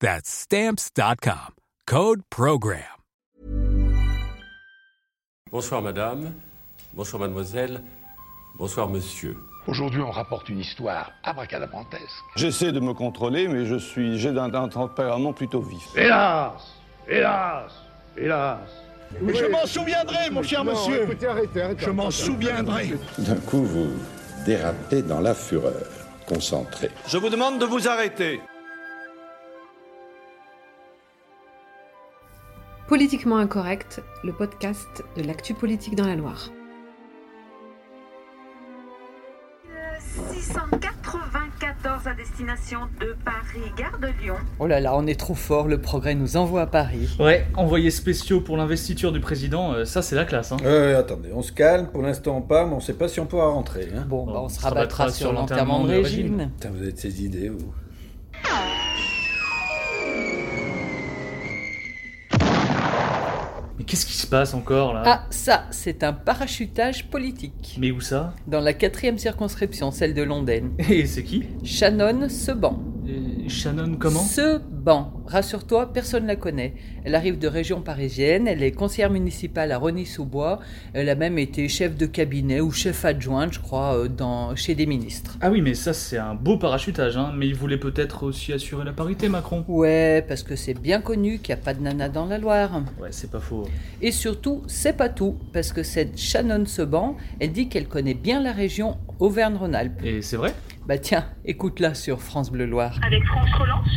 That's stamps.com. Code Program. Bonsoir madame, bonsoir mademoiselle, bonsoir monsieur. Aujourd'hui, on rapporte une histoire abracadabrantesque. J'essaie de me contrôler, mais je suis, j'ai un, un tempérament plutôt vif. Hélas Hélas Hélas Mais je m'en souviendrai, mon cher Non, monsieur écoutez, arrêtez, arrêtez. Je m'en Attends, souviendrai D'un coup, vous dérapez dans la fureur, concentré. Je vous demande de vous arrêter. Politiquement Incorrect, le podcast de l'actu politique dans la Loire. 694 à destination de Paris, gare de Lyon. Oh là là, on est trop fort, le progrès nous envoie à Paris. Ouais, envoyés spéciaux pour l'investiture du président, euh, ça c'est la classe. Hein. Euh, attendez, on se calme, pour l'instant on part, mais on sait pas si on pourra rentrer. Hein. Bon, bah, on, se rabattra sur l'enterrement de Régine. Putain, vous êtes ces idées, vous. Mais qu'est-ce qui se passe encore là Ah, ça, c'est un parachutage politique. Mais où ça Dans la quatrième circonscription, celle de London. Et c'est qui Shannon Seban. Euh, Shannon comment Seban. Rassure-toi, personne la connaît. Elle arrive de région parisienne, elle est conseillère municipale à Rony-sous-Bois. Elle a même été chef de cabinet ou chef adjointe, je crois, euh, dans, chez des ministres. Ah oui, mais ça c'est un beau parachutage, hein. mais il voulait peut-être aussi assurer la parité, Macron. Ouais, parce que c'est bien connu qu'il n'y a pas de nana dans la Loire. Ouais, c'est pas faux. Et surtout, c'est pas tout, parce que cette Shannon Seban, elle dit qu'elle connaît bien la région Auvergne-Rhône-Alpes. Et c'est vrai Bah tiens, écoute-la sur France Bleu Loire. Avec France Relance,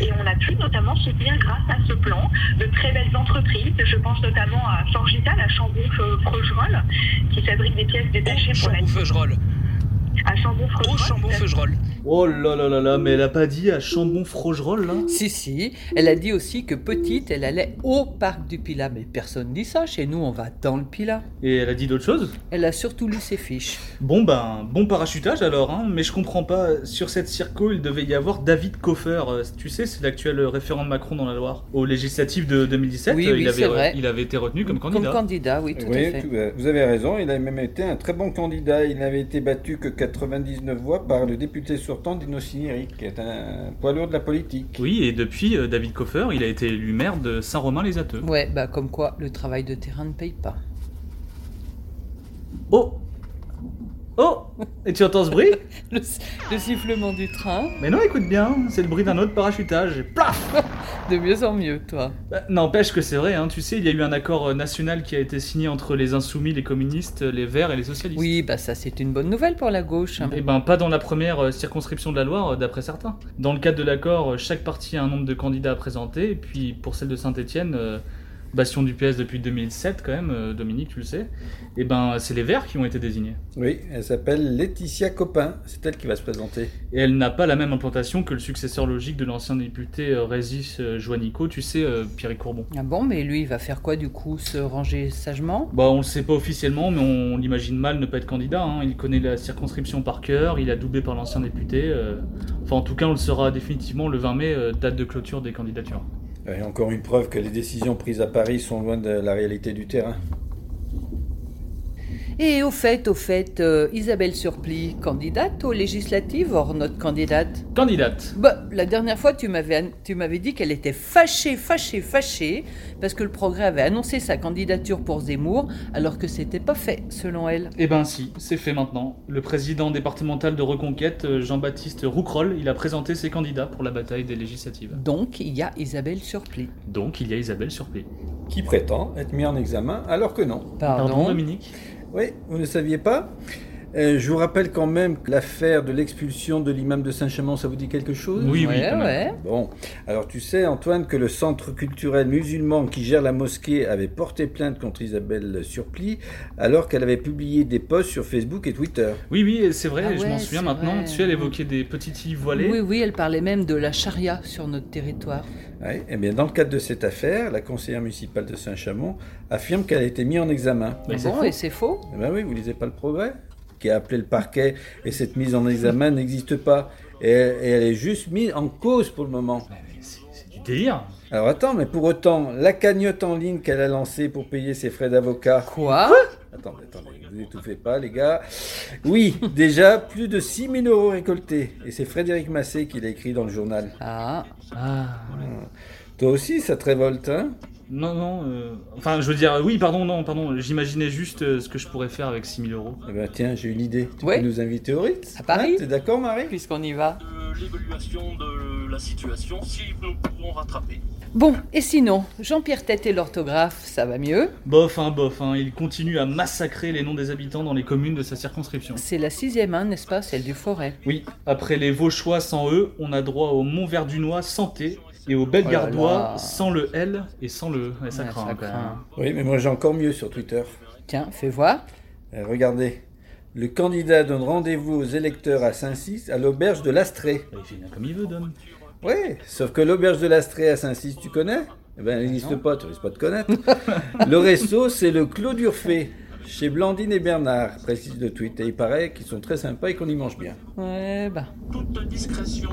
et on a pu notamment soutenir grâce à ce plan de très belles entreprises. Je pense notamment à Forgital, à Chambon-Feugerolles, qui fabrique des pièces détachées pour la... Chambon-Feugerolles. À Chambon-Feugerolles. Chambon-Feugerolles. Oh là là là là, mais elle a pas dit à Chambon-Frogerolles là Si, si, elle a dit aussi que petite, elle allait au parc du Pilat, mais personne dit ça, chez nous on va dans le Pilat. Et elle a dit d'autres choses Elle a surtout lu ses fiches. Bon ben, bon parachutage alors, hein. mais je comprends pas, sur cette circo il devait y avoir David Coffer, Euh, tu sais c'est l'actuel référent de Macron dans la Loire. Aux législatives de 2017, Oui, euh, oui, il, c'est avait, vrai. il avait été retenu comme candidat. Comme candidat, oui, tout à Oui, fait. tout à- vous avez raison, il a même été un très bon candidat. Il n'avait été battu que 99 voix par le député sortant Dino Cinieri, qui est un poids lourd de la politique. Oui, et depuis, euh, David Coffer, il a été élu maire de Saint-Romain-les-Ateux. Ouais, bah comme quoi, le travail de terrain ne paye pas. Oh Oh Et tu entends ce bruit Le, le sifflement du train, Mais non, écoute bien, c'est le bruit d'un autre parachutage. Et Plaf de mieux en mieux, toi. Bah, N'empêche que c'est vrai, hein, tu sais, il y a eu un accord euh, national qui a été signé entre les insoumis, les communistes, les verts et les socialistes. Oui, bah ça c'est une bonne nouvelle pour la gauche. hein. Eh ben, pas dans la première euh, circonscription de la Loire, euh, d'après certains. Dans le cadre de l'accord, euh, chaque parti a un nombre de candidats à présenter, et puis pour celle de Saint-Etienne, bastion du PS depuis 2007 quand même, euh, Dominique, tu le sais, et ben c'est les Verts qui ont été désignés. Oui, elle s'appelle Laetitia Copin, c'est elle qui va se présenter. Et elle n'a pas la même implantation que le successeur logique de l'ancien député euh, Régis euh, Joannico, tu sais, euh, Pierre Courbon. Ah bon, mais lui, il va faire quoi du coup Se ranger sagement Bah, on le sait pas officiellement, mais on l'imagine mal ne pas être candidat. hein. Il connaît la circonscription par cœur, il a doublé par l'ancien député. euh, Enfin, en tout cas, on le saura définitivement le 20 mai, euh, date de clôture des candidatures. Et encore une preuve que les décisions prises à Paris sont loin de la réalité du terrain. Et au fait, au fait, euh, Isabelle Surplis, candidate aux législatives, hors notre candidate Candidate Bah, la dernière fois, tu m'avais, tu m'avais dit qu'elle était fâchée, fâchée, fâchée, parce que le Progrès avait annoncé sa candidature pour Zemmour, alors que c'était pas fait, selon elle. Eh ben si, c'est fait maintenant. Le président départemental de Reconquête, euh, Jean-Baptiste Roucroll, il a présenté ses candidats pour la bataille des législatives. Donc, il y a Isabelle Surplis. Donc, il y a Isabelle Surpé. qui prétend être mis en examen alors que non. Pardon, Pardon, Dominique Oui, vous ne saviez pas Euh, Je vous rappelle quand même que l'affaire de l'expulsion de l'imam de Saint-Chamond, ça vous dit quelque chose Oui, oui, Ouais, quand même. ouais. Bon, alors tu sais, Antoine, que le centre culturel musulman qui gère la mosquée avait porté plainte contre Isabelle Surplis alors qu'elle avait publié des posts sur Facebook et Twitter. Oui, oui, c'est vrai, Ah je ouais, m'en souviens c'est maintenant. vrai. Tu elle évoquait des petites filles voilées. Oui, oui, elle parlait même de la charia sur notre territoire. Ouais, eh bien, dans le cadre de cette affaire, la conseillère municipale de Saint-Chamond affirme qu'elle a été mise en examen. Mais c'est Ah bon, faux. et c'est faux Eh ben oui, vous lisez pas le progrès qui a appelé le parquet et cette mise en examen n'existe pas. Et, et elle est juste mise en cause pour le moment. C'est c'est du délire. Alors attends, mais pour autant, la cagnotte en ligne qu'elle a lancée pour payer ses frais d'avocat. Quoi Attendez, attendez, vous étouffez pas, les gars. Oui, déjà plus de 6 000 euros récoltés. Et c'est Frédéric Massé qui l'a écrit dans le journal. Ah, Ah. Toi aussi, ça te révolte, hein Non, non. euh, Enfin, je veux dire, oui, pardon, non, pardon. J'imaginais juste euh, ce que je pourrais faire avec 6000 euros. Eh ben tiens, j'ai une idée. Tu Ouais. peux nous inviter au Ritz À Paris hein T'es d'accord, Marie puisqu'on y va. Euh, L'évaluation de la situation, si nous pouvons rattraper. Bon, et sinon, Jean-Pierre Tête et l'orthographe, ça va mieux Bof, hein, bof, hein. Il continue à massacrer les noms des habitants dans les communes de sa circonscription. C'est la sixième, hein, n'est-ce pas Celle du Forêt. Oui, après les Vauchois sans E, on a droit au Mont-Verdunois sans T et au Bellegardois Oh là là. sans le L et sans le E. Ouais, ça Ouais, craint, ça hein, quand même. craint. Oui, mais moi j'ai encore mieux sur Twitter. Tiens, fais voir. Euh, regardez. Le candidat donne rendez-vous aux électeurs à Saint-Cyr à l'auberge de l'Astrée. Bah, il fait bien comme il veut, Dom. Oui, sauf que l'auberge de l'Astrée à Saint-Cyr, tu connais Eh ben, elle n'existe pas, tu risques pas de connaître. le resto, c'est le Clos d'Urfé, chez Blandine et Bernard, précise le tweet. Et il paraît qu'ils sont très sympas et qu'on y mange bien. Ouais, bah. Toute discrétion.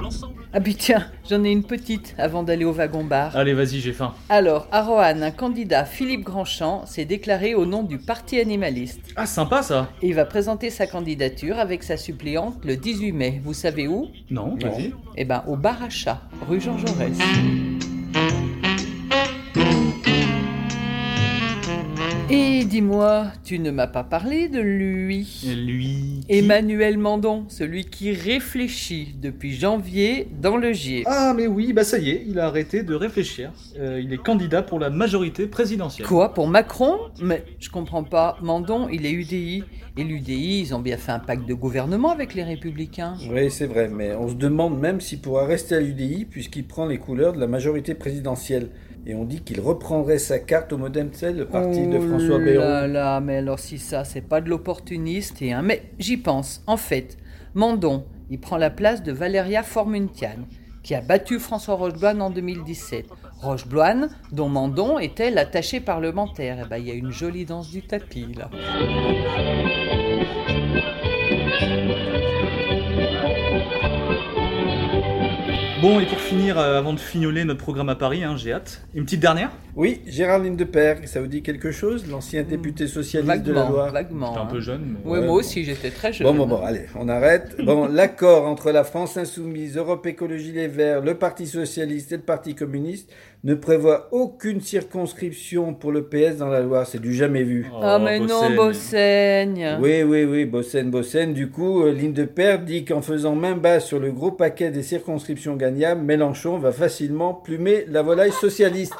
L'ensemble Ah, puis tiens, j'en ai une petite avant d'aller au wagon-bar. Allez, vas-y, j'ai faim. Alors, à Roanne, un candidat, Philippe Grandchamp, s'est déclaré au nom du Parti animaliste. Ah, sympa ça Et il va présenter sa candidature avec sa suppléante le 18 mai. Vous savez où Non, vas-y. Eh ben, au bar à chat, rue Jean Jaurès. Et dis-moi, tu ne m'as pas parlé de Et lui Lui. qui- Emmanuel Mandon, celui qui réfléchit depuis janvier dans le GIE. Ah, mais oui, bah ça y est, il a arrêté de réfléchir. Euh, il est candidat pour la majorité présidentielle. Quoi pour Macron Mais je comprends pas. Mandon, il est UDI. Et l'UDI, ils ont bien fait un pacte de gouvernement avec les Républicains. Oui, c'est vrai, mais on se demande même s'il pourra rester à l'UDI puisqu'il prend les couleurs de la majorité présidentielle. Et on dit qu'il reprendrait sa carte au modem celle le parti de Oh François Là Bayrou. là, mais alors si ça, c'est pas de l'opportuniste et un. Mais j'y pense. En fait, Mandon, il prend la place de Valeria Formuntian, qui a battu François Rochebloine en 2017. Rochebloine, dont Mandon était l'attaché parlementaire. Eh ben, il y a une jolie danse du tapis là. Bon, et pour finir, euh, avant de fignoler notre programme à Paris, hein, j'ai hâte. Une petite dernière Oui, Géraldine Depergue, ça vous dit quelque chose L'ancien député socialiste de la Hmm, Vaguement, Loire. vaguement. T'es un peu hein. jeune, mais... Ouais, Ouais, moi bon. aussi, j'étais très jeune. Bon, bon, bon, allez, on arrête. Bon, l'accord entre la France Insoumise, Europe Écologie Les Verts, le Parti Socialiste et le Parti Communiste ne prévoit aucune circonscription pour le PS dans la Loire. C'est du jamais vu. Oh, Ah mais non, Bossène. Bossaigne Oui, oui, oui, Bossen, Bossen. Du coup, euh, Ligne de Père dit qu'en faisant main basse sur le gros paquet des circonscriptions gagnables, Mélenchon va facilement plumer la volaille socialiste.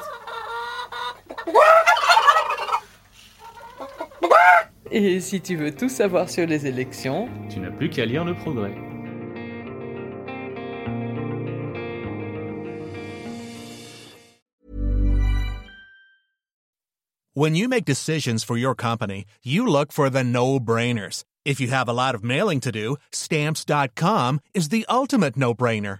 Et si tu veux tout savoir sur les élections, Tu n'as plus qu'à lire le progrès. When you make decisions for your company, you look for the no brainers. If you have a lot of mailing to do, stamps.com is the ultimate no brainer.